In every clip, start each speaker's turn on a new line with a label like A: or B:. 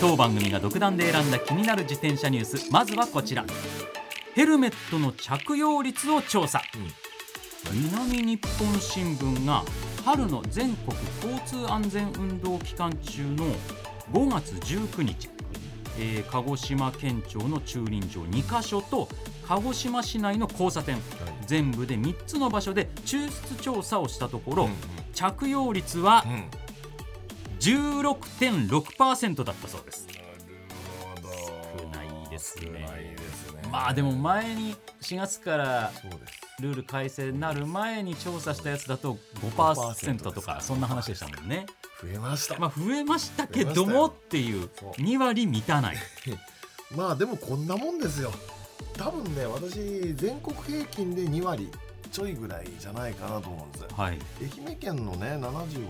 A: 当番組が独断で選んだ気になる自転車ニュースまずはこちらヘルメットの着用率を調査、南日本新聞が春の全国交通安全運動期間中の5月19日、えー鹿児島県庁の駐輪場2カ所と鹿児島市内の交差点、全部で3つの場所で抽出調査をしたところ、着用率は
B: ん
A: 16.6%だったそうです。少ないです
B: 少
A: ね。
B: ないですね
A: まあでも前に4月から
B: そうです
A: ルール改正になる前に調査したやつだと5%とかそんな話でしたもんね。
B: 増えましたま
A: まあ増えましたけどもっていう
B: そう
A: 2割満たない。
B: あでもこんなもんですよ多分ね私全国平均で2割ちょいぐらいじゃないかなと思うんです
A: はい。
B: 愛媛県のね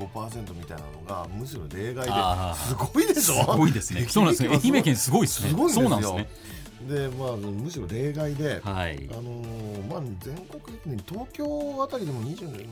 B: 75%みたいなのがむしろ例外
A: あ
B: ですごいでし
A: す
B: ょ
A: ごいですね。そうなんですね。愛媛県すごいですね。
B: すごいです
A: そう
B: よ
A: なんですね。
B: でまあむしろ例外で、
A: はい
B: あ。のーまあ、全国的に東京あたりでも20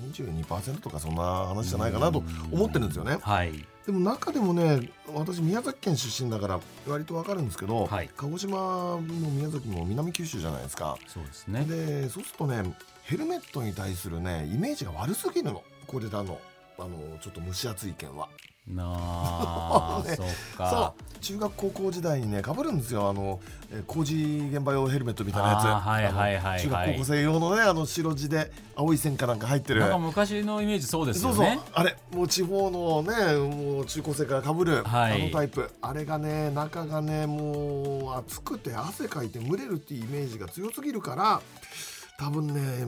B: 22%とかそんな話じゃないかなと思ってるんですよね
A: はい。
B: でも中でもね私宮崎県出身だから割とわかるんですけど、
A: はい
B: 鹿児島も宮崎も南九州じゃないですか
A: そうですね。
B: でそうするとねヘルメットに対するねイメージが悪すぎるのこれらのあのーちょっと蒸し暑い県は
A: なあ、そっ
B: そ
A: か。
B: う中学高校時代にねかぶるんですよあの、えー工事現場用ヘルメットみたいなやつ
A: あーはいはいはいはい
B: あの中学高校生用のねあの白地で青い線かなんか入ってる
A: なんか昔のイメージそうです
B: そ
A: よ
B: うそう
A: ね。
B: あれもう地方のねもう中高生からかぶる、
A: はい
B: あのタイプあれがね中がねもう暑くて汗かいて蒸れるっていうイメージが強すぎるから多分ね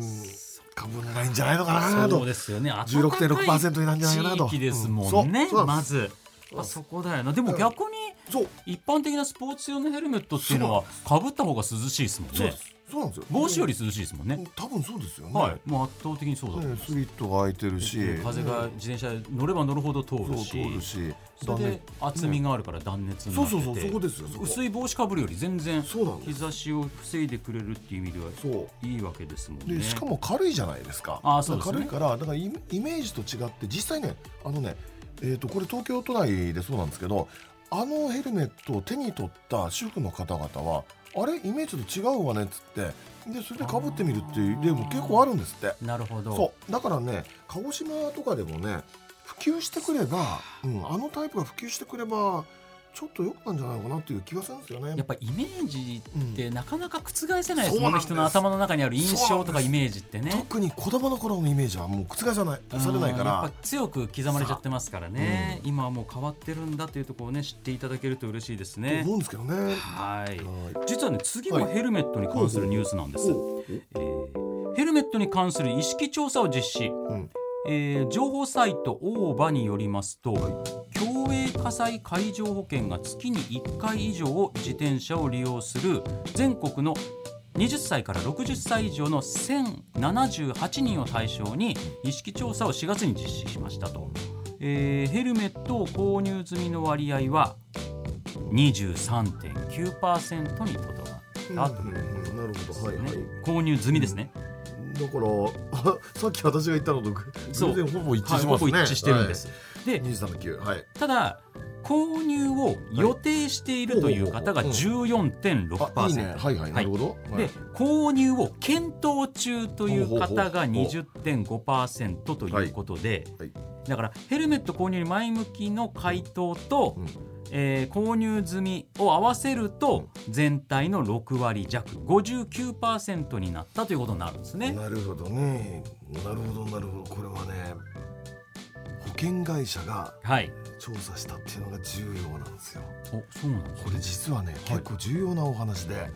B: かぶらないんじゃないのかな
A: そう
B: と
A: ですよね。
B: 16.6%になるんじゃないかなと
A: 地域ですもんね
B: うん。そうそうな
A: ま
B: んです
A: ず、まあ、そこだよな。でも逆に
B: そう
A: 一般的なスポーツ用のヘルメットっていうのは被った方が涼しいですもん
B: そうで
A: ね
B: す。そうなんですよ
A: 帽子より涼しいですもんね。
B: 多分そうですよね、
A: はい。もう圧倒的にそうだと思い
B: ね
A: ま、す。
B: スリットが開いてるし、
A: 風が自転車乗れば乗るほど通
B: そう
A: る
B: 通
A: し。
B: るし、
A: それで厚みがあるから断熱になってて、
B: そうそうそうそこですよそこ
A: 薄い帽子かぶるより全然
B: そうなん
A: 日
B: です。
A: 差しを防いでくれるっていう意味では
B: そ
A: いいわけですもん
B: う。で、
A: ね。
B: しかも軽いじゃないですか。
A: あーそうですね
B: 軽いから、だからイメイメージと違って実際ね、あのね、えっ、とこれ東京都内でそうなんですけど、あのヘルメットを手に取った主婦の方々は、あれイメージと違うわねっつって、でそれで被ってみるっていう例も結構あるんですって。
A: なるほど。
B: そうだからね鹿児島とかでもね普及してくれば、うん、あのタイプが普及してくればちょっと良くなんじゃないのかなっていう気がするんですよね
A: やっぱイメージってなかなか覆せないです
B: そう
A: も
B: なんん
A: ね、
B: です
A: 人の頭の中にある印象と
B: そう
A: か
B: なんです
A: イメージってね。
B: 特に子供の頃のイメージはもう覆さないされないか
A: うんや
B: ら
A: っぱ強く刻まれちゃってますからね、今はもう変わってるんだというところをね知っていただけると嬉しいです
B: と
A: ね
B: 思。うんですけどね。
A: はい
B: はい
A: 実はね次もヘルメットに関するニュースなんです、えーヘルメットに関する意識調査を実施、
B: うん
A: えー情報サイトオーバによりますと、競泳火災海上保険が月に1回以上自転車を利用する全国の20歳から60歳以上の1078人を対象に意識調査を4月に実施しましたと、えーヘルメットを購入済みの割合は23.9%にとどまったということ
B: なるほどはい
A: ね
B: はい。
A: 購入済みですね、
B: だから さっき私が言ったのと
A: そう
B: 全然ほぼ一致
A: はい
B: し
A: ほ
B: ます
A: ぼ
B: ね。
A: 一致してるんです、で
B: 二三の九はい。
A: ただ購入を予定しているという方が
B: はい
A: 14.6%、
B: あいいねはいはい
A: は
B: ないるほど。はい
A: で購入を検討中という方が
B: ほうほうほう
A: 20.5%ということで、
B: はいは
A: だからヘルメット購入に前向きの回答と、
B: うん
A: えー購入済みを合わせると全体の6割弱59%になったということになるんですね。
B: なるほどね。なるほどなるほど。これはね、保険会社が
A: はい、
B: 調査したっていうのが重要なんですよ。
A: おそうなんです
B: これ実はね、
A: はい
B: 結構重要なお話で、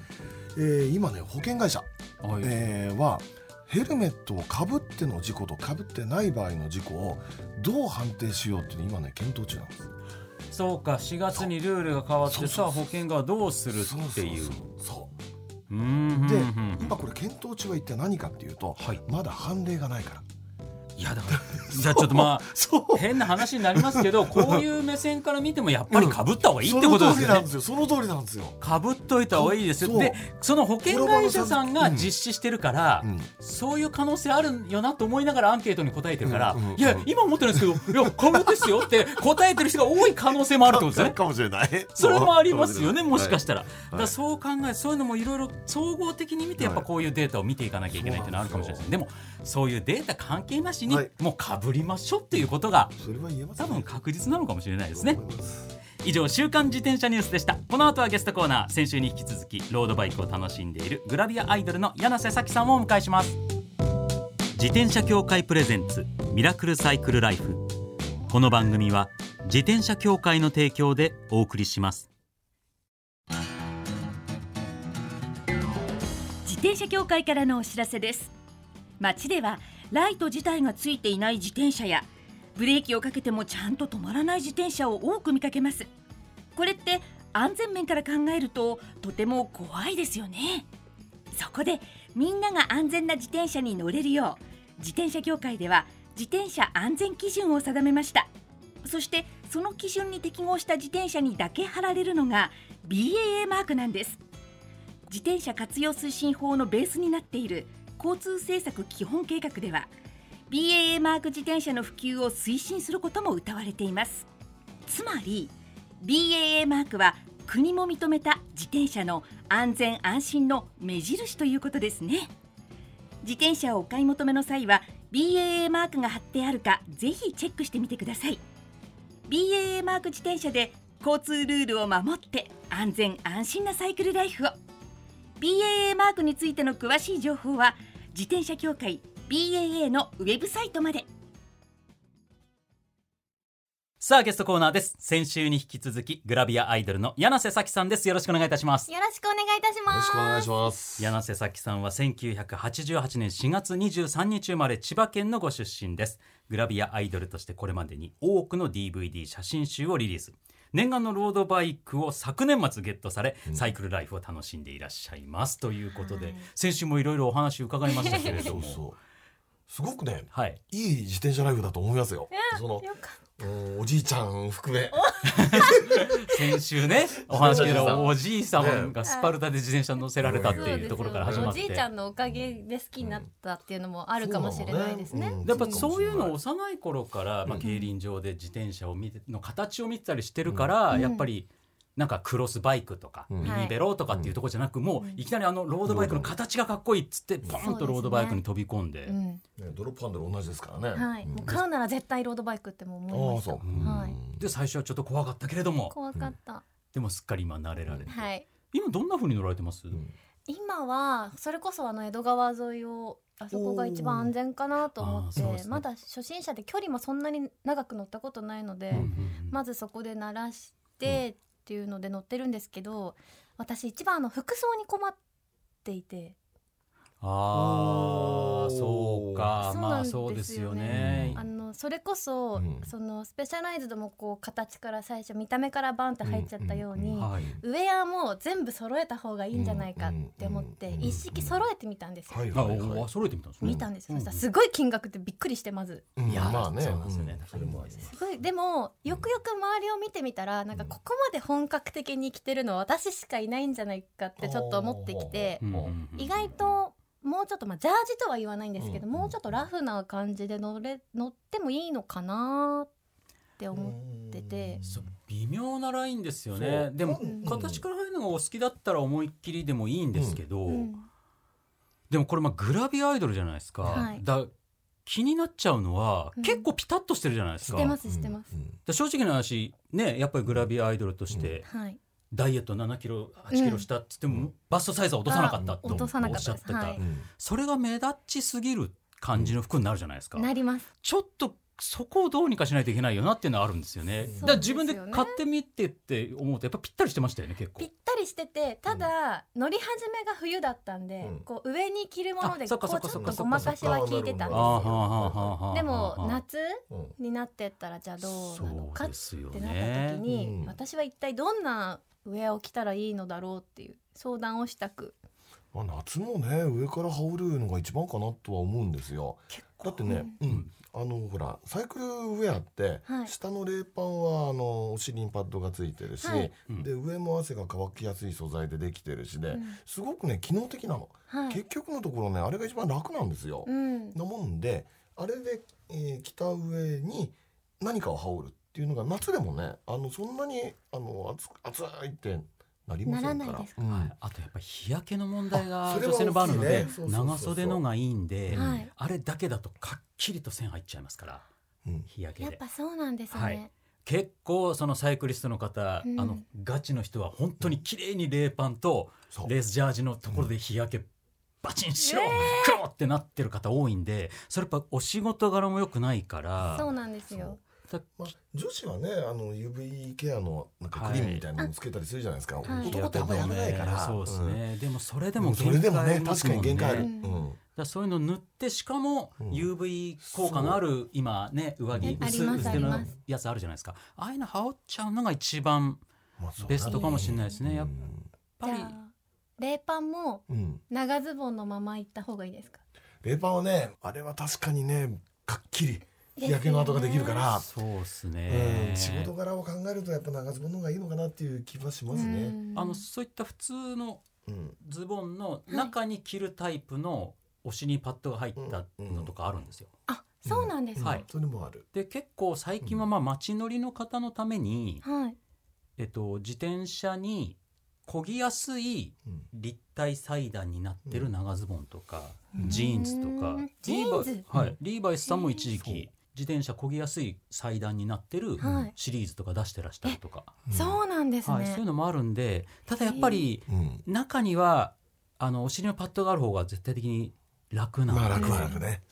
B: えー今ね保険会社、
A: ねはい
B: えーはヘルメットをかぶっての事故とかぶってない場合の事故をどう判定しようっていうの今ね検討中なんです。
A: そうか4月にルールが変わって
B: そうそう
A: さ
B: そ
A: 保
B: う
A: 険がどうするっていう
B: そうそうそうそう
A: うんうん
B: で
A: うん
B: 今これ検討値は一体何かっていうと、
A: はい
B: まだ判例がないから
A: いやだからじゃあちょっとま
B: そう
A: あ変な話になりますけど こういう目線から見てもやっぱりかぶった方がいいってことですよね。
B: その通りなんですよ
A: かぶっといた方がいいですよ
B: そう
A: でその保険会社さんが
B: うん
A: 実施してるから、
B: その通りなんですよ、
A: そういう可能性あるよなと思いながらアンケートに答えてるから、
B: うんうんうん
A: いや今思ってるんですけどいやかぶですよって答えてる人が多い可能性もあるってことですね。
B: かもしれない
A: それもありますよね、もしかした
B: ら
A: ら。だからそう考え、そういうのもいろいろ総合的に見て、やっぱこういうデータを見ていかなきゃいけないっていうのはあるかもしれないですねでも、そういうデータ関係なしに
B: はい、
A: もうかぶりましょうっていうことが、
B: それは言えます
A: 多
B: ね
A: 分確実なのかもしれないですね
B: 思。います
A: 以上、週刊自転車ニュースでした。この後はゲストコーナー、先週に引き続き、ロードバイクを楽しんでいるグラビアアイドルの柳瀬咲さんをお迎えします。自転車協会プレゼンツミラクルサイクルライフこの番組は自転車協会の提供でお送りします
C: 自転車協会からのお知らせです街ではライト自体がついていない自転車やブレーキをかけてもちゃんと止まらない自転車を多く見かけますこれって安全面から考えるととても怖いですよねそこでみんなが安全な自転車に乗れるよう自転車協会では自転車安全基準を定めましたそしてその基準に適合した自転車にだけ貼られるのが BAA マークなんです自転車活用推進法のベースになっている交通政策基本計画では BAA マーク自転車の普及を推進することも謳われていますつまり BAA マークは国も認めた自転車の安全安心の目印ということですね自転車をお買い求めの際は BAA マークが貼ってあるかぜひチェックしてみてください BAA マーク自転車で交通ルールを守って安全安心なサイクルライフを BAA マークについての詳しい情報は自転車協会 BAA のウェブサイトまで
A: さあゲストコーナーです先週に引き続きグラビアアイドルの柳瀬咲さんですよろしくお願いいたします
D: よろしくお願いいたし
B: よろ
D: ま
B: し
D: す。
B: くお願いします
A: 柳瀬咲さんは1988年4月23日生まれ千葉県のご出身ですグラビアアイドルとしてこれまでに多くの DVD 写真集をリリース念願のロードバイクを昨年末ゲットされサイクルライフを楽しんでいらっしゃいますということで、先週もいろいろお話伺いましたけれど
B: そ
A: も
B: うそうすごくね
A: はい
B: いい自転車ライフだと思いますよその
D: よかっ
B: うんおじいちゃん含め
A: 先週ねお話し
B: そうそう
A: た
B: そう
A: おじいさんがスパルタで自転車に乗せられたって
D: た。
A: いうところから始
D: そう
A: ま
D: で
A: っ
D: す
A: て
D: よおじいちゃんのおかげで好きになったっていうのもあるかもしれないですね。
A: やっぱそういうのを
B: を
A: 幼い頃から、まあ、競輪場で自転車を見ての形を見てたりしてるから、
D: うん
A: やっぱりなんかクロスバイクとか、
B: うん
A: ミニベロとかっていうところじゃなく、もういきなりあのロードバイクの形がかっこいいっつってバーンとロードバイクに飛び込んで
D: う。ん、
B: ドロップハンドル同じですからね
D: はい、もう買うなら絶対ロードバイクってもう思い
B: あ
D: ま
B: あ
D: した。
B: そう
D: はい
B: うん
A: で最初はちょっと怖かったけれども
D: 怖かった。
A: でもすっかり今慣れられて、
D: はい。
A: 今どんな風に乗られてます、
B: ん
D: 今はそれこそあの江戸川沿いをあそこが一番安全かなと思っ
A: おーあーそうで
D: て、
A: すね
D: まだ初心者で距離もそんなに長く乗ったことないので、
A: うんうん
D: まずそこで鳴らしてっていうので乗ってるんですけど、私一番あの服装に困っていて、
A: ああそうか
D: そう
A: ま
D: な
A: あ
D: んですよ
A: そ
D: ね
A: うですよね。
D: あのそれこそ、
B: うん
D: そのスペシャライズドもこう形から最初見た目からバンって入っちゃったように、
B: うんうん
A: はい、
D: ウエアも全部揃えた方がいいんじゃないかって思って、
B: うんうんうん
D: 一式揃えてみたんですよ、
B: はい
A: あ
B: はい
A: お
B: は
A: あ揃えてみたんですね。
D: 見たんですよ、
A: うん
D: そしたらすごい金額でびっくりしてまず
B: いうん
A: いや
B: まあね
A: そうなんですよね
B: うんそれもあります
D: すごいでもよくよく周りを見てみたらなんかここまで本格的に着てるのは私しかいないんじゃないかってちょっと思ってきて
A: う、んうんうん
D: 意外ともうちょっとまあジャージとは言わないんですけど、
B: うん
D: もうちょっとラフな感じで乗れ乗ってもいいのかなって思って。てて
A: そう微妙なラインですよ
B: そ
A: ね
B: う
A: でも、
D: うん
A: 形から入るのがお好きだったら思いっきりでもいいんですけど、
D: うん
A: でもこれまあグラビアアイドルじゃないですか、
D: はい
A: だ気になっちゃうのは、
D: うん
A: 結構ピタッとしてるじゃないですか
D: してますしてます、
A: だ正直な話ねやっぱりグラビアアイドルとして、
D: はい
A: ダイエット7キロ8キロしたっつっても、
B: うん
A: バストサイズは落とさなかったと
D: あ落とさな
A: お
D: か
A: っ
D: っ
A: しゃっ
D: たで
A: て
D: す
A: た、
D: はい
B: うん
A: それが目立ちすぎる感じの服になるじゃないですか、
D: なります
A: ちょっとそこをどうにかしないといけないよなっていうのはあるんですよね。だから自分で買ってみてって思うとやっぱぴったりしてましたよね結構
D: ぴっ。たりしててただ、乗り始めが冬だったんで、
B: うん
D: こう上に着るもの
A: あ
D: で
A: そ
D: こ
A: っ
D: う
A: か
D: ち
A: そ
D: ょ
A: っ
D: っ
A: かそっか
D: とごまかしは効いてたん
A: あーはあ
D: ですよ
A: はあはあはあ
D: でも
A: は
D: 夏
B: うん
D: になってったらじゃあ
A: あ
D: どうなの
A: そ
D: か
A: う
D: っ
A: ですよ
D: てなった時
A: ね。
D: に、
B: うん
D: 私は一体どんなウェアを着たらいいのだろうっていう相談をしたく
B: まあ、夏もね上から羽織るのが一番かなとは思うんですよだってね、うん、あのほらサイクルウェアって、
D: はい
B: 下の冷パンはあのお尻にパッドがついてるし、
D: はい
A: うん
B: で上も汗が乾きやすい素材でできてるしで、
D: うん
B: すごくね機能的なの、
D: はい
B: 結局のところねあれが一番楽なんですよ。
D: うん
B: なもんであれで、えー着た上に何かを羽織るっていうのが夏でもねあのそんなにあの暑く暑いってなりませんから。
D: ならないですか
B: うん
A: はい、あとやっぱり日焼けの問題
B: あ
A: が
B: それは
A: 女性の場合あるの
B: 大きい
A: で
B: ねそうそうそうそう
A: 長袖のがいいんで、
D: はい
A: あれだけだとかっきりと線入っちゃいますから
B: うん
A: 日焼け
D: やっ
A: で
D: ぱそうなんですね、
A: はい結構そのサイクリストの方、
D: うん
A: あのガチの人は本当に綺麗に冷パンと
B: そう
A: レースジャージのところで日焼けバチン白
D: えー
A: 黒ってなってる方多いんでそれやっぱお仕事柄も良くないから
D: そうなんですよ
A: だ
B: まあ、女子はねあの UV ケアのなんか
A: はい
B: クリームみたいなのをつけたりするじゃないですか、
D: はい
B: 男ってあんまやらないから、
A: そうですね、でもそれ
B: う
A: で
B: んで
A: も
B: もそれでもね
A: 限界あります
B: 確
A: も
B: か
A: ん
B: に限界ある、
D: う
B: うんん
A: だからそういうの塗ってしかも
B: うん
A: UV 効果のある今ね上着
D: ね
A: 薄
D: あります
A: 薄手
D: あ
A: の
D: ります
A: やつあるじゃないですかああいうの羽織っちゃうのが一番
B: まあそうだね
A: ベストかもしれないですねやっ
D: じ
A: ぱ
D: ゃ
A: り
D: あ冷パンも
B: うんうん
D: 長ズボンのまま行った方がいいですか
B: 冷パンはねあれは確かにねかっきり日焼けの跡ができるから、
A: そうです
B: う
A: ね
B: ん、仕事柄を考えるとやっぱ長ズボンの方がいいのかなっていう気はします
D: う
B: ね。
D: ん
A: あのそういった普通の
B: うん
A: ズボンの
D: い
A: 中に着るタイプのお尻にパッドが入ったのとかあるんですよ
D: あそうなんですね、
A: はい
B: それもある。
A: で結構最近はまあ街乗りの方のために、
D: はい
A: えっと、自転車に漕ぎやすい
B: うん
A: 立体裁断になってる長ズボンとか、
B: うん
A: ジーンズとか
D: うん
A: リーバイ
D: ジーンズ
A: はい、リーバイスさんも一時期
B: そう
A: 自転車漕ぎやすい裁断になってる
D: はい
A: シリーズとか出してらしたりとか、
D: そうなんですね、
A: はい、そういうのもあるんでただやっぱり
B: うん
A: 中にはあのお尻のパッドがある方が絶対的に楽な
B: まあ
A: んで
B: 楽は楽ね。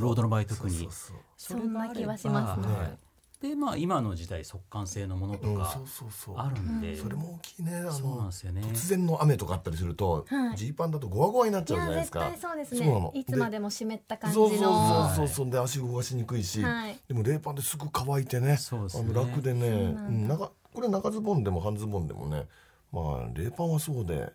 A: ロードの場合特に
B: そうそう
A: れがあれば
D: そんな気はします
B: ね
A: はいでまあ今の時代速乾性のもの
B: そう
A: と
B: うん
A: か
B: そうそうそう
A: あるんで、
D: うん
B: それも大きいね。あ
A: そうなん
B: の
A: ですよね
B: 突然の雨とかあったりすると
D: はい
B: ジーパンだとゴワゴワになっちゃうじゃない
D: や
B: です
D: 絶
B: か
D: 対。そうです
B: そうな
D: ね
B: の
D: いつまでも湿った感じ
B: そ
D: の
B: うそうそうそうそうで足動かしにくいし、
D: はい
B: でも冷パンですぐ乾いてね。
A: そうです
B: あ
A: ね
B: の楽でね、
D: そう
B: う
D: なんだ
B: ん、長これ長ズボンでも半ズボンでもね、まあ冷パンはそうで、や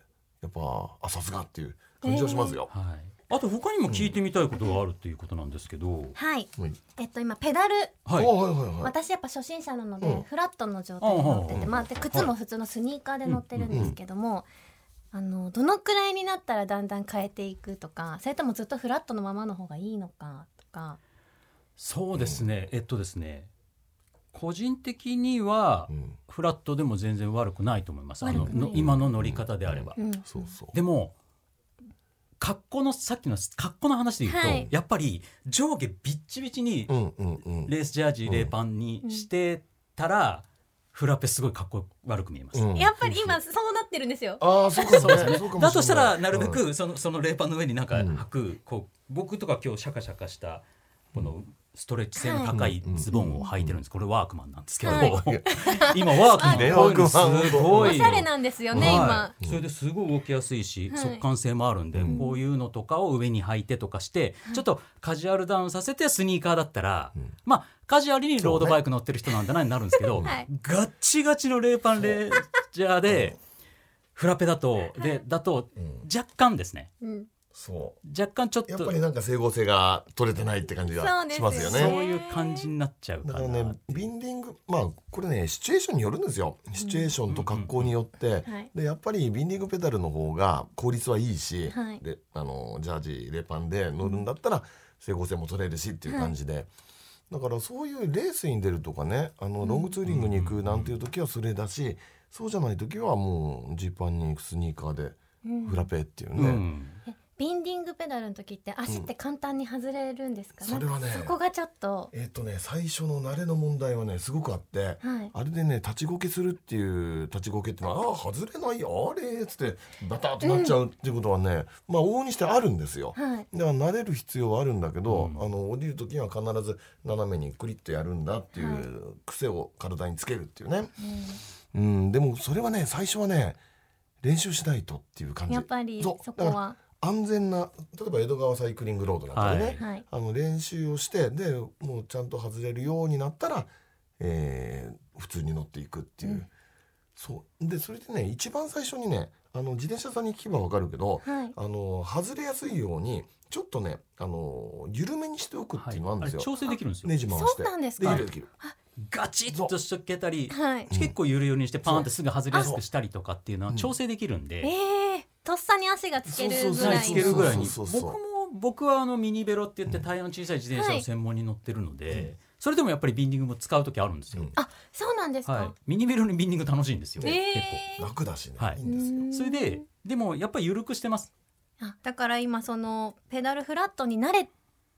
B: っぱあさすがっていう感じはしますよ。
A: はい、あと他にも聞いてみたいことがあるということなんですけど、
D: はい
B: はい。
D: えっと今ペダル
A: はい
B: あはいはいはい。
D: 私やっぱ初心者なので、
B: うん
D: フラットの状態で乗ってて、
A: うん
D: まあ、で靴も普通のスニーカーで乗ってるんですけども、あのどのくらいになったらだんだん変えていくとかそれともずっとフラットのままの方がいいのかとか
A: そうですね、えっとですね個人的には
B: うん、
A: フラットでも全然悪くないと思います、あの
D: 悪くな
A: の
D: い
A: 今の乗り方であれば、
D: うん
B: そうそう。
A: でも格好のさっきの格好の話で言うと、
D: はい
A: やっぱり上下ビッチビチに
B: うんうんうん。
A: レースジャージ
B: うん
A: レーパンにしてたら、フラペすごいかっこ悪く見えます、
B: うん
D: やっぱり今そうなってるんですよ
B: ああそうかも
A: そうです
B: ね。
A: ね
B: そうかもしれな
A: だ
B: い
A: としたらなるべ、くそのその冷パンの上になんか
B: うん
A: 履く、こう僕とか今日シャカシャカしたこのストレッチ性の高い
B: はい
A: ズボンを履いてるんですこれワークマンなんですけど、
D: はい
A: 今ワークマンこういうのすご
D: お
A: い
D: し
A: の
D: ゃれなんですよね、
A: は
D: 今
A: いそれですごい動きやすいし、
D: はい
A: 速乾性もあるんで、
B: うん
A: こういうのとかを上に履いてとかして、ちょっとカジュアルダウンさせてスニーカーだったら、
B: うん
A: まあカジュアルにロードバイク乗ってる人なんだなになるんですけど、
D: はい
A: ガッチガチの冷パンレジャーでフラペだとでだと
B: うんうん
A: 若干ですね
D: うん
B: そ
A: 若干ちょっ
B: う。や
A: と
B: っぱりなんか整合性が取れてないって感じ
D: そう
B: が
D: です
B: し
D: よ
B: ま
D: ね
B: すよね。
A: そういう感じになっちゃう
B: だ
A: か
B: から
A: な。
B: ねビンディングまあこれねシチュエーションによるんですよシチュエーションと格好によって、
D: はい
B: でやっぱりビンディングペダルの方が効率はいいし、
D: はい
B: であのジャージレパンで乗るんだったら整合性も取れるしっていう感じで、だからそういうレースに出るとかねあのロングツーリングに行くなんていう時はそれだし、そうじゃない時はもうジーパンにスニーカーでフラペっていうね、
A: うん
D: えビンディングペダルの時って足って簡単に外れるんですか、
B: それはね
D: なんかそこがちょっと
B: えっ、とね最初の慣れの問題はねすごくあって。
D: はい
B: あれでね立ちこけするっていう立ちこけってのはああ外れないよあれっつってバタッとなっちゃうっていうことはね、まあ往々にしてあるんですよ。
D: はい
B: だから慣れる必要はあるんだけど、
A: うん
B: あの降りる時には必ず斜めにクリッとやるんだっていう癖を体につけるっていうね、うん、でもそれはね最初はね練習しないとっていう感じ
D: やっぱり
B: そう
D: そこ
B: だか
D: は
B: ら安全な例えば江戸川サイクリングロードなんかでね、
A: はい
D: はい
B: あの練習をしてでもうちゃんと外れるようになったら、えー普通に乗っていくっていう、そうでそれでね一番最初にねあの自転車さんに聞けばわかるけど
D: はい。
B: あの外れやすいようにちょっとねあの緩めにしておくっていうのがあるん
A: あ
B: です
A: れ
B: よ、
A: 調整できるんですよ、
B: ネジ回し
D: そ
B: て
D: うなんです
B: で
D: か。
B: 緩く切る
A: ガチッとしとけたり
D: はい。
B: うん
A: 結構ゆるゆるにしてパーンってすぐ外れやす
B: そう
A: くしたりとかっていうのは
B: うん
A: 調整できるんで、
D: ええとっさに足がつけるぐ
B: そうそう
D: ら
B: そう
D: い
A: つ
D: の。
A: けるぐらいに
B: そう
A: 僕
B: そうそう
A: も僕はあのミニベロって言ってタイヤの小さい自転車を専門に乗ってるので、それでもやっぱりビンディングも使う時あるんですよ、
B: うん
D: あ、そうなんですか。
A: はい、ミニベロにビンディング楽しいんですよ、
D: え
A: 結
D: え
B: 楽だしね、、
A: はいい
B: いんですよ
A: 構それででもやっぱり緩くしてます
D: あだから今そのペダルフラットに慣れ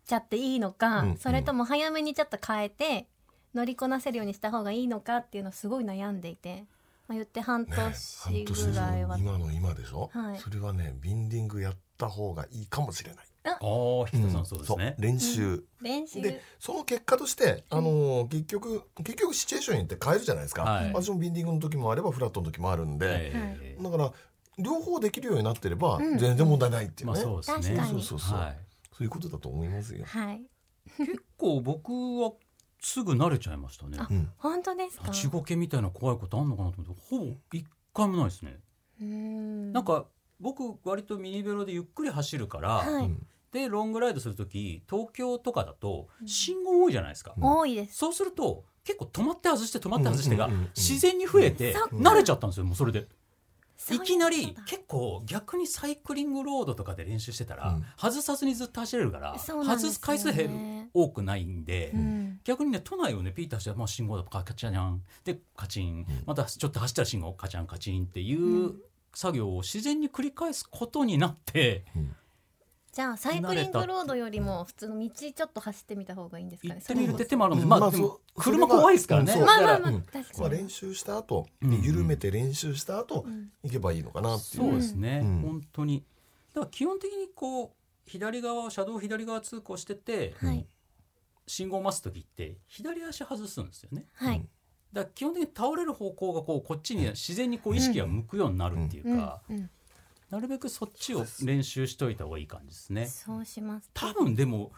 D: ちゃっていいのか、
B: うん
D: それとも早めにちょっと変えて乗りこなせるようにした方がいいのかっていうのをすごい悩んでいて、まあ、言って半
B: ね
D: 年ぐらい
B: 半年でしょ
D: は、
B: 今の今でしょ、
D: はい
B: それはねビンディングやった方がいいかもしれない、
A: ああひとさんそうですね、
B: 練習、
D: 練習
B: でその結果として、あのー結局結局シチュエーションによって変えるじゃないですか、
A: はい
B: 私もビンディングの時もあればフラットの時もあるんで、
A: えー
B: だから両方できるようになってれば
D: うん
B: 全然問題ないっていう
A: まあ
B: ね、
A: そうですね
D: 確かに
B: そうそうそう
A: はい
B: そういうことだと思いますよ。
D: はい
A: 結構僕はすぐ慣れちゃいましたね
D: あ
B: うん、
D: 本当ですか
A: 立ちごけみたいな怖いことあんのかなと思ってほぼ一回もないですね、
D: うーん
A: なんか僕割とミニベロでゆっくり走るから、
D: はい、
B: うん
A: でロングライドする時東京とかだと信号多いじゃないですか、
B: うん
D: 多いです
A: そうすると結構止まって外して止まって外してが
B: うんうんうんうん
A: 自然に増えて
D: そっか
A: 慣れちゃったんですよもうそれで
D: そう
A: いう
D: こと
A: き
D: だ
A: なり結構逆にサイクリングロードとかで練習してたら、
B: うん
A: 外さずにずっと走れるから
D: そうなんですよ
A: 外
D: ね
A: す回数減る多くないんで、
D: うん
A: 逆にね都内をねピーターして、まあ、信号だカチャニャンでカチン、またちょっと走ったら信号カチャンカチンっていうう作業を自然に繰り返すことになって
D: じゃあサイクリングロードよりも普通の道ちょっと走ってみた方がいいんです
A: 行
D: かね
A: ってみるって手
D: それこ
A: もあるので、
B: うん
A: まあ、
B: まあ
A: でも
B: そう
A: 車怖いですからね、
B: そ
A: だ
B: れ
D: そ
B: は
A: か
D: まあ
A: ら
D: まあまあ、
B: うん
D: 確
B: まあ、
D: かに
B: 練習した後、
A: うんうん
B: 緩めて練習した後、
D: うん
B: 行けばいいのかなっていう
A: そうですね、
B: うん
A: 本当にだから基本的にこう左側車道左側通行してて
D: はい
A: 信号を待つ時って左足外すんですよね
D: はい、
A: だから基本的に倒れる方向がこうこっちに自然にこう意識が向くようになるっていうか、
D: うんうん
A: なるべくそっちを練習しといた方がいい感じですね。
D: そうします
A: 多分でも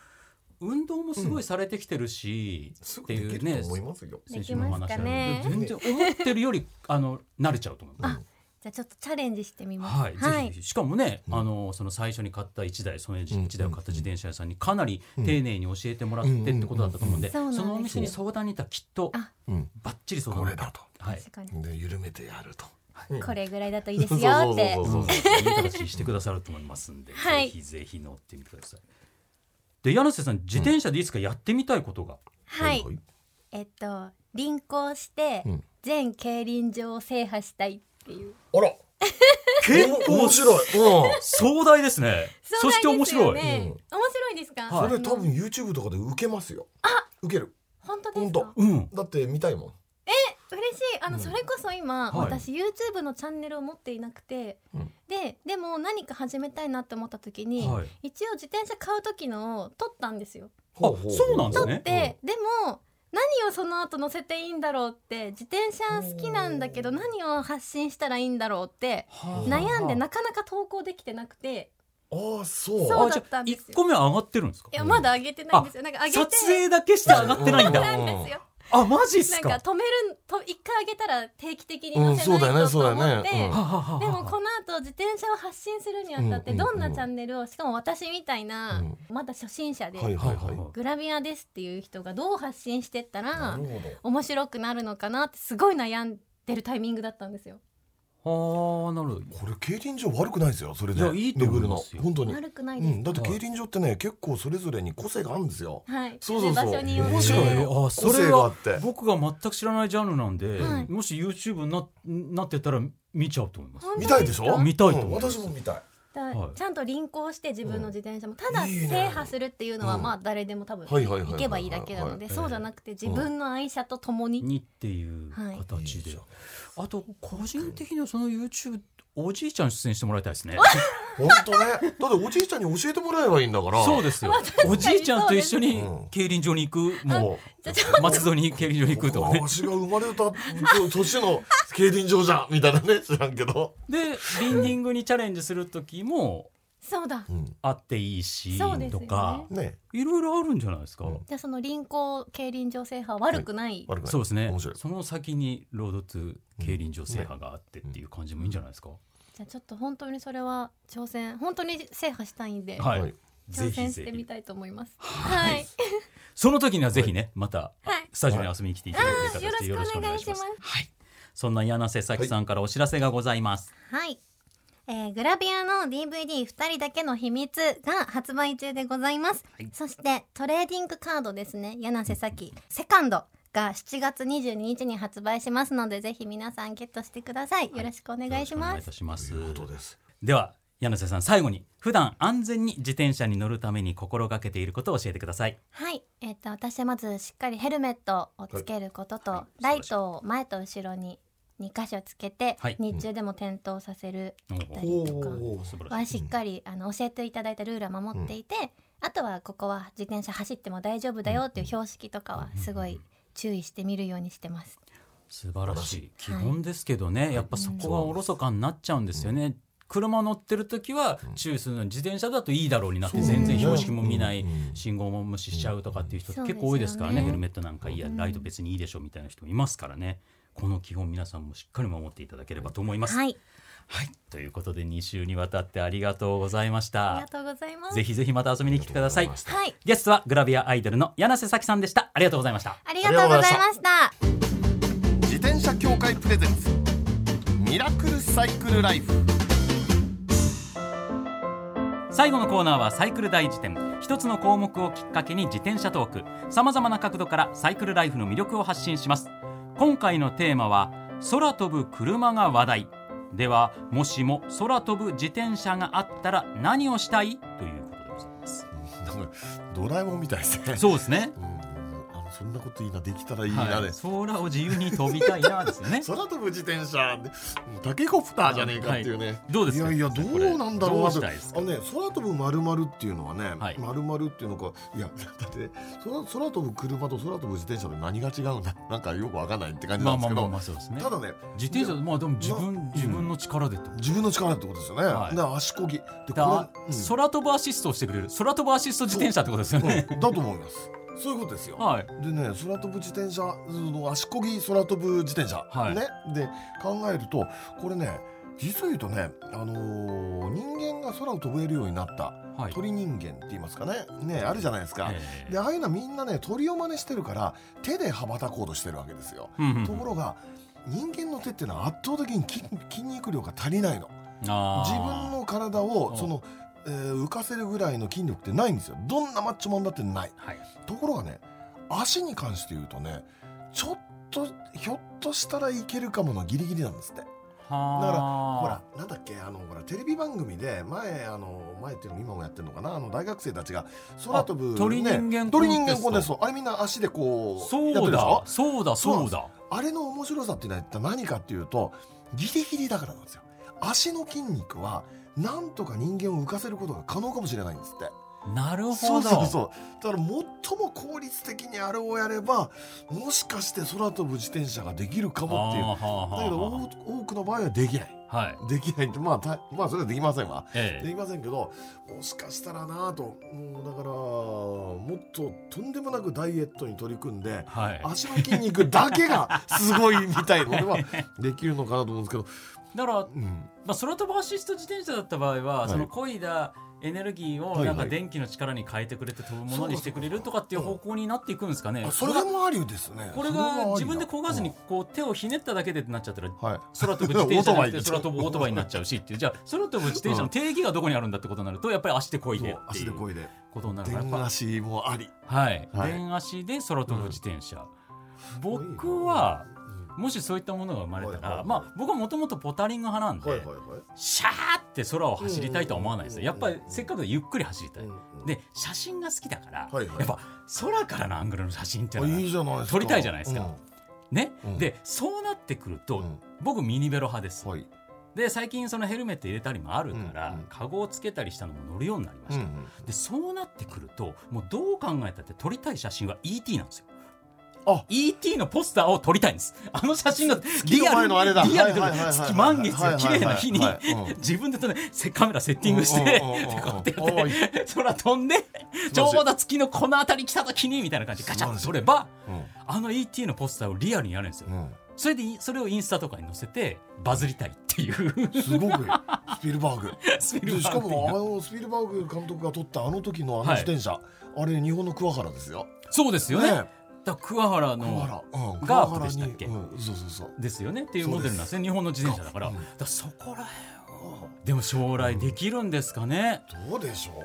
A: 運動もすごいされてきてるし、
B: す
A: っ
B: ぐ
A: て
B: で
A: い
B: き
A: う
B: る
A: ね
B: と思いますよ。
A: 先週のお話あるので
D: でき
A: 全
B: ま
A: 然
B: すか
A: 思ってるよりあの慣れちゃうと思います。
D: じゃあちょっとチャレンジしてみます。
A: はい、ぜひぜひしかもね、あのその最初に買った1台その
B: うん
A: 1台を買った自転車屋さんにかなり丁寧に教えてもらってってことだったと思うんで、
D: うんうんうんうん
A: そのお
D: そ
A: 店
D: う
A: に
D: なんです
A: 相談に行ったらきっと
D: あ
B: うん、
A: バッチリ相談
B: こ
A: に
B: れだと。
A: はい
D: 確かに
B: で緩めてやると。
D: これぐらいだといいですよって
B: そうそうそうそう
A: うんいい形してくださると思いますんで、
D: はい
A: ぜひぜひ乗ってみてください。で柳瀬さん自転車でいつかやってみたいことが、
D: はいえっと輪行して
B: うん
D: 全競輪場を制覇したいっていう
B: あ ら
A: 結
B: 面白い、うん、
A: 壮大ですね。そして面
D: そう
A: 白
D: なん
A: い。
D: ですよね
B: うん
D: 面白いですか
A: はい
B: それ多分 YouTube とかで受けますよ受ける
D: 本当ですか
B: 本
A: うん。
B: だって見たいもん
D: 嬉しいあの、
B: うん
D: それこそ今、
A: はい
D: 私 YouTube のチャンネルを持っていなくて、
B: うん
D: ででも何か始めたいなって思った時に、
A: はい。
D: 一応自転車買う時のを撮ったんですよ
A: あ、そうなんです
D: 撮っ
A: ね。
D: て、でも何をその後載せていいんだろうって自転車好きなんだけど何を発信したらいいんだろうって
A: はあ
D: 悩んでなかなか投稿できてなくて
B: ああそう
D: そうだったんです
A: あじゃ
D: よ
A: あ一個目は上がってるんですか
D: い。やまだ上げてないんですよなんか上げて
A: 撮影だけして上がってないん
B: う
A: だ。
D: なんですよ
A: あ、マジっ
D: な
A: す
D: ん
A: か。
D: か
A: は
D: 止めると一回上げたら定期的に
B: うん
D: 載せないと、
B: そ
D: と
B: うだよねそうだよ
D: 思って
B: ね。
A: あはあはあ
D: でもこの後自転車を発信するにあたって
B: うん
D: どんなチャンネルをしかも私みたいな
B: うん
D: まだ初心者で
B: はいはいはい
D: グラビアですっていう人がどう発信してった
B: な
D: ら
B: るほど
D: 面白くなるのかなってすごい悩んでるタイミングだったんですよ。
A: はあ、なるほど。
B: これ競輪場悪くないですよそれで
A: いやいいと思います
B: レ
A: よ
B: ベルの本当に
D: 悪くな
B: う
D: いです
B: ん、だって競輪場ってね結構それぞれに個性があるんですよ
D: はい。
B: そうそうそう
D: 場所によって
B: 面白い
A: え
B: よ
A: ーあ、そ
B: 個
A: れ
B: 性があ
A: は
B: って
A: 僕が全く知らないジャンルなんで
D: はい、
A: もし YouTube にななってたら見ちゃうと思います。
D: 本当
B: 見
D: に
B: たいでしょ
A: 見たいと
B: う
A: 思
B: ん
A: います
B: 私も見たい
D: だ
A: はい
D: ちゃんと輪行して自分の自転車もただ
B: いいね
D: 制覇するっていうのは
B: うん
D: まあ誰でも多分
B: はいはいはいはい
D: 行けばいいだけなの
B: はい
D: でそうじゃなくて自分の愛車とともに
A: にっていう
D: はい
A: 形
B: いい
A: で
B: じゃん。
A: あと個人的にはその YouTube おじいちゃん出演してもらいたいですね。
B: 本当ねだっておじいちゃんに教えてもらえばいいんだから
A: そうですよ。おじいちゃんと一緒に
B: うん
A: 競輪場に行く、も
B: もう
D: じゃあちょ
A: う松戸に競輪場に行くとかね
B: わ。しが生まれた年の競輪場じゃんみたいなね知らんけど
A: で、ビンディングにチャレンジする時も、
D: そうだ
B: うん
A: あっていいし
D: そうですよ
A: と
D: ね
A: か、
B: ね
A: いろいろあるんじゃないですか、
B: うん
D: じゃあその輪行競輪場制覇は悪くない、
B: 悪くない
A: そうですね
B: 面白い
A: その先にロードトゥ競輪場制覇があってっていう感じもいいんじゃないですか、
D: じゃあちょっと本当にそれは挑戦本当に制覇したいんで、
A: はい、
B: はい
A: ぜ
D: 挑
A: ひ
D: 戦し
A: ぜ
D: てみ
A: ひ
D: たいと思います
A: はい
D: はい
A: その時にはぜひね、また
D: はい
A: スタジオに遊びに来ていただいていただいて
D: あー
A: よろしくお願いします
D: よろしくお願いし
A: はいそんな柳瀬咲さんからお知らせがございます、
D: はい、えーグラビアの DVD2 人だけの秘密が発売中でございます、
A: はい
D: そしてトレーディングカードですね柳瀬咲セカンドが7月22日に発売しますのでぜひ皆さんゲットしてください、よろしくお願いし
A: お
D: ま
A: 願いい
D: す
A: たしま
B: と
A: す
B: いうことです
A: では柳瀬さん最後に普段安全に自転車に乗るために心がけていることを教えてください
D: はいえっ、と私はまずしっかりヘルメットをつけることと、
A: はい
D: ライトを前と後ろに2箇所つけて、
A: はい
D: 日中でも点灯させる
A: お
D: だ
A: ー
D: りとか、
A: 素晴らし
D: はしっかり、あの教えていただいたルールは守っていて、あとはここは自転車走っても大丈夫だよっていう標識とかはすごい注意して見るようにしてます。
A: い素晴らしい基
D: はい
A: 本ですけどね、やっぱそこはおろそかになっちゃうんですよね、車乗ってる時は注意するのに自転車だといいだろうになって
B: そう
A: 全然標識も見ない
B: うん
A: 信号も無視しちゃうとかっていう人
D: そう
A: 結構多いですからね
D: ですよね
A: ヘルメットなんかいいやライト別にいいでしょみたいな人もいますからねこの基本皆さんもしっかり守っていただければと思います。
D: はい、
A: はい、ということで2週にわたってありがとうございまし
D: あり
A: た
D: が。とうございます。
A: ぜひぜひまた遊びに来てください。
D: はい、
A: ゲストはグラビアアイドルの柳瀬咲さんでした。ありがとうございました。
D: ありがとうございました。
B: 自転車協会プレゼンツミラクルサイクルライフ
A: 最後のコーナーはサイクル大辞典一つの項目をきっかけに自転車トークさまざまな角度からサイクルライフの魅力を発信します今回のテーマは空飛ぶ車が話題ではもしも空飛ぶ自転車があったら何をしたいということでございます
B: なんかドラえもんみたいですね
A: そうですね
B: うんあのそんなこといいなできたらいいな
A: は
B: で
A: い、
B: す、
A: 空を自由に飛びたいなですよ ね
B: 空飛ぶ自転車でタケコプターじゃねえかっていうね、
A: どうで
B: い
A: すか
B: やいやどうなんだろう
A: ど
B: な
A: うし
B: と
A: たいです
B: あ
A: か
B: のね空飛ぶ丸々っていうのはね、
A: はい
B: 丸々っていうのかいやだってね空空飛ぶ車と空飛ぶ自転車で何が違うんだなんかよくわかんないって感じ
A: ま
B: な
A: あ
B: ん
A: ますあ
B: でけ
A: まあ
B: ど、
A: まあそうですね
B: ただね
A: 自転車まあでも自分、
B: まあうん
A: 自分の力でってこと
B: 自分の力ってことですよね、
A: はい
B: で足こぎでこれ
A: だ
B: うん
A: 空飛ぶアシストをしてくれる空飛ぶアシスト自転車ってことですよね、
B: うんだと思いますそういうことですよ、
A: はい
B: でね空飛ぶ自転車その足こぎ空飛ぶ自転車、
A: はい
B: ねで考えるとこれね実を言うとね、あのー人間が空を飛べるようになった
A: はい
B: 鳥人間って言いますかねねあるじゃないですか、
A: ええ
B: でああいうのはみんなね鳥を真似してるから手で羽ばたこうとしてるわけですよ、
A: うんうんうん
B: ところが人間の手ってのは圧倒的に筋筋肉量が足りないの
A: あ
B: 自
A: ー
B: 分の体
A: うん
B: をその、えー浮かせるぐらいの筋力ってないんですよどんなマッチョマンだってない
A: はい、
B: ところがね足に関して言うとねちょっとひょっとしたらいけるかものギリギリなんですってだからほらなんだっけあのほらテレビ番組で前あの前っていうの今もやってるのかなあの大学生たちが空飛ぶ、
A: あ鳥人間コンテスト
B: 鳥人間コンテストあれみんな足でこうやって
A: そう
B: るでし
A: だ
B: ょ
A: そうだそうだ
B: あれの面白さっていうのは一体何かっていうとギリギリだからなんですよ足の筋肉はなんとか人間を浮かせることが可能かもしれないんですって
A: なる
B: そ
A: ほ
B: う
A: ど
B: そうそうだから最も効率的にあれをやればもしかして空飛ぶ自転車ができるかもっていう
A: あーはあはあ
B: だけど多多くの場合はできない
A: はい、
B: できないってまあたまあそれはできませんわ
A: え
B: で
A: え
B: きませんけどもしかしたらなぁともうだからもっととんでもなくダイエットに取り組んで
A: はい、
B: 足の筋肉だけがすごいみたいのではできるのかなと思うんですけど、
A: だから、
B: うん、
A: まあ、空飛ぶアシスト自転車だった場合は、
B: はい
A: その漕いだエネルギー
B: はいは
A: を
B: い
A: なんか電気の力に変えてくれて飛ぶものにしてくれるとかっていう方向になっていくんですかね
B: あそれもありですね
A: これ
B: そもあ
A: が
B: りだ
A: 自分で漕がずにこう手をひねっただけでってなっちゃったら
B: はい
A: 空飛ぶ自転車じゃなく
B: オートバイに
A: て
B: なっちゃ
A: 空
B: う
A: 飛ぶオートバイになっちゃうしっていうじゃあ空飛ぶ自転車の定義がどこにあるんだってことになるとやっぱり足で漕い
B: そ
A: でっ
B: う
A: てい
B: 足で
A: う
B: こいで
A: ことになるからやっぱ
B: 電足もあり、
A: はい、
B: はい
A: 電足で空飛ぶ自転車、僕はもしそういったものが生まれたら、
B: はいはいはい
A: まあ僕はもともとポタリング派なんで、
B: はいはいはい
A: シャーって空を走りたいとは思わないですよやっぱ
B: う
A: り
B: ん
A: せっかくでゆっくり走りたい、
B: うんうん
A: で写真が好きだから、
B: はいはい
A: やっぱ空からのアングルの写真っていう
B: あ
A: のが
B: いいじゃないですか
A: 撮りたいじゃないですかね、
B: うん
A: でそうなってくると、
B: うん
A: 僕ミニベロ派です、
B: うんはい、
A: で最近そのヘルメット入れたりもあるから、
B: うんうん
A: カゴをつけたりしたのも乗るようになりま
B: う
A: した、
B: ん
A: でそうなってくるともうどう考えたって撮りたい写真は ET なんですよ
B: あ
A: ET のポスターを撮りたいんですあの写真が
B: の
A: リアル
B: 前のあれだ
A: リアルで
B: はいはいはいはい
A: 月満月が綺麗な日に
B: はいはいはいうん
A: 自分で撮ってせカメラセッティングして
B: うんうんうんうん
A: で こう
B: お
A: や
B: ー
A: って
B: い
A: 空飛んでちょうど月のこの辺り来た時にみたいな感じでガチャッと撮れば
B: うん
A: あの ET のポスターをリアルにやるんですよ
B: うん
A: それでいそれをインスタとかに載せてバズりたいっていう
B: すごくいいスピルバ ーグ
A: スピルバーグ
B: でしかもあ
A: 的な
B: のスピルバーグ監督が撮ったあの時の
A: は
B: あの
A: い
B: 自転車、あれ日本の桑原ですよ。
A: そうですよね
B: ね
A: だから桑原の
B: 桑原、うん、
A: ガープでしたっけ
B: 桑原にうん、そうそうそう。
A: ですよねっていうモデルなんですね日本の自転車だから,、
B: うん
A: だからそこら辺をでも将来できるんですかね、
B: どうでしょ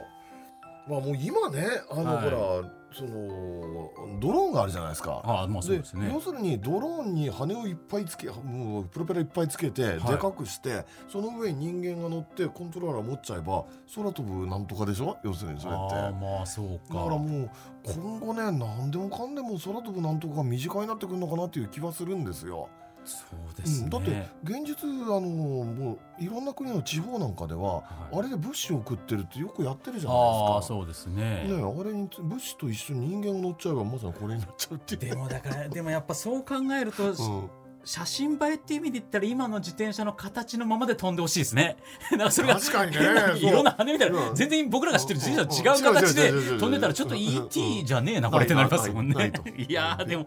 B: う。まあもう今ねあの、
A: はい
B: ほらそのドローンがあるじゃないですか。
A: ああまあそうですね
B: 要するにドローンに羽をいっぱいつけもうプロペラいっぱいつけて、
A: い
B: でかくしてその上に人間が乗ってコントローラー持っちゃえば空飛ぶなんとかでしょ要するにそれって。
A: ああまあそう
B: だから
A: か
B: もう今後ね何でもかんでも空飛ぶなんとか身近になってくるのかなっていう気はするんですよ。
A: そうですね、
B: うん、だって現実あのもういろんな国の地方なんかでは、
A: はい
B: あれで物資を食ってるってよくやってるじゃないですか。
A: ああそうですね
B: ねえあれにつ物資と一緒に人間が乗っちゃえばまさにこれになっちゃうっていう。
A: でもだからでもやっぱそう考えると、
B: うん
A: 写真映えっていう意味で言ったら今の自転車の形のままで飛んでほしいですね だからそれが
B: 確かにね
A: 変な
B: そう
A: いろんな羽みたいな
B: うん
A: 全然僕らが知ってる自転車
B: うん
A: と違う形で
B: 違う違う違う違う
A: 飛んでたらちょっと
B: うん
A: ET じゃねえなこれってなりますもん
B: な
A: ね
B: いないな い
A: いやーでも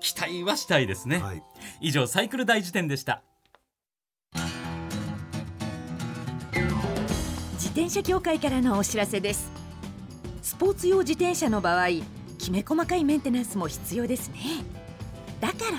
A: 期待はしたいですね、
B: はい
A: 以上サイクル大辞典でした
C: 自転車協会からのお知らせですスポーツ用自転車の場合きめ細かいメンテナンスも必要ですねだから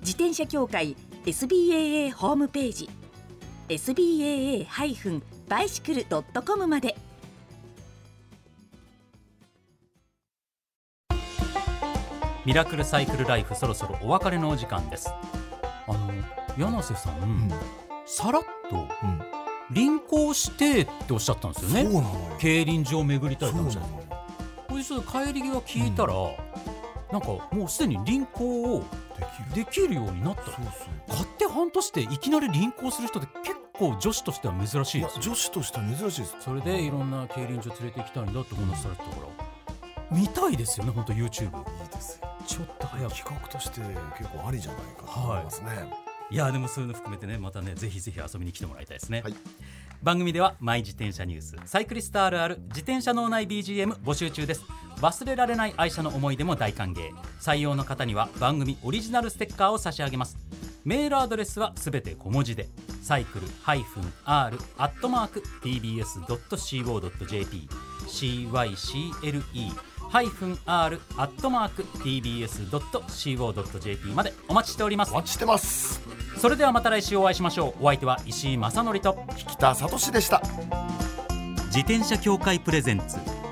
C: 自転車協会 SBAA ホームページ SBAA-bicycle.com まで
A: ミラクルサイクルライフそろそろお別れのお時間ですあの柳瀬さん、
B: ん
A: さらっと
B: うん
A: 輪行してっておっしゃったんですよね
B: そうなのよ。
A: 競輪場を巡りたい
B: そ
A: と
B: う
A: お
B: なの
A: っしゃ
B: よ
A: ってこれちょっと帰り際聞いたら、なんかもうすでに輪行を
B: できる。
A: できるようになった
B: そうそう。
A: 買って半年でいきなり輪行する人って結構女子としては珍しい
B: い
A: で
B: や
A: すよ
B: 女子としては珍しいです。
A: それでいろんな競輪場連れて行きたいんだってお話しされてたから見たいですよね本当 YouTube
B: いいですよ。
A: ちょっと早く
B: 企画として結構ありじゃないかと思いますね。
A: いやーでもそういうの含めてねまたねぜひぜひ遊びに来てもらいたいですね、
B: はい
A: 番組ではマイ自転車ニュースサイクリストあるある自転車脳内 BGM 募集中です忘れられない愛車の思い出も大歓迎採用の方には番組オリジナルステッカーを差し上げますメールアドレスはすべて小文字でサイクル -r-tbs.co.jp cycle -r-tbs.co.jp までお待ちしております
B: お待ちしてます。
A: それではまた来週お会いしましょうお相手は石井正則と
B: 北里でした。
A: 自転車協会プレゼンツ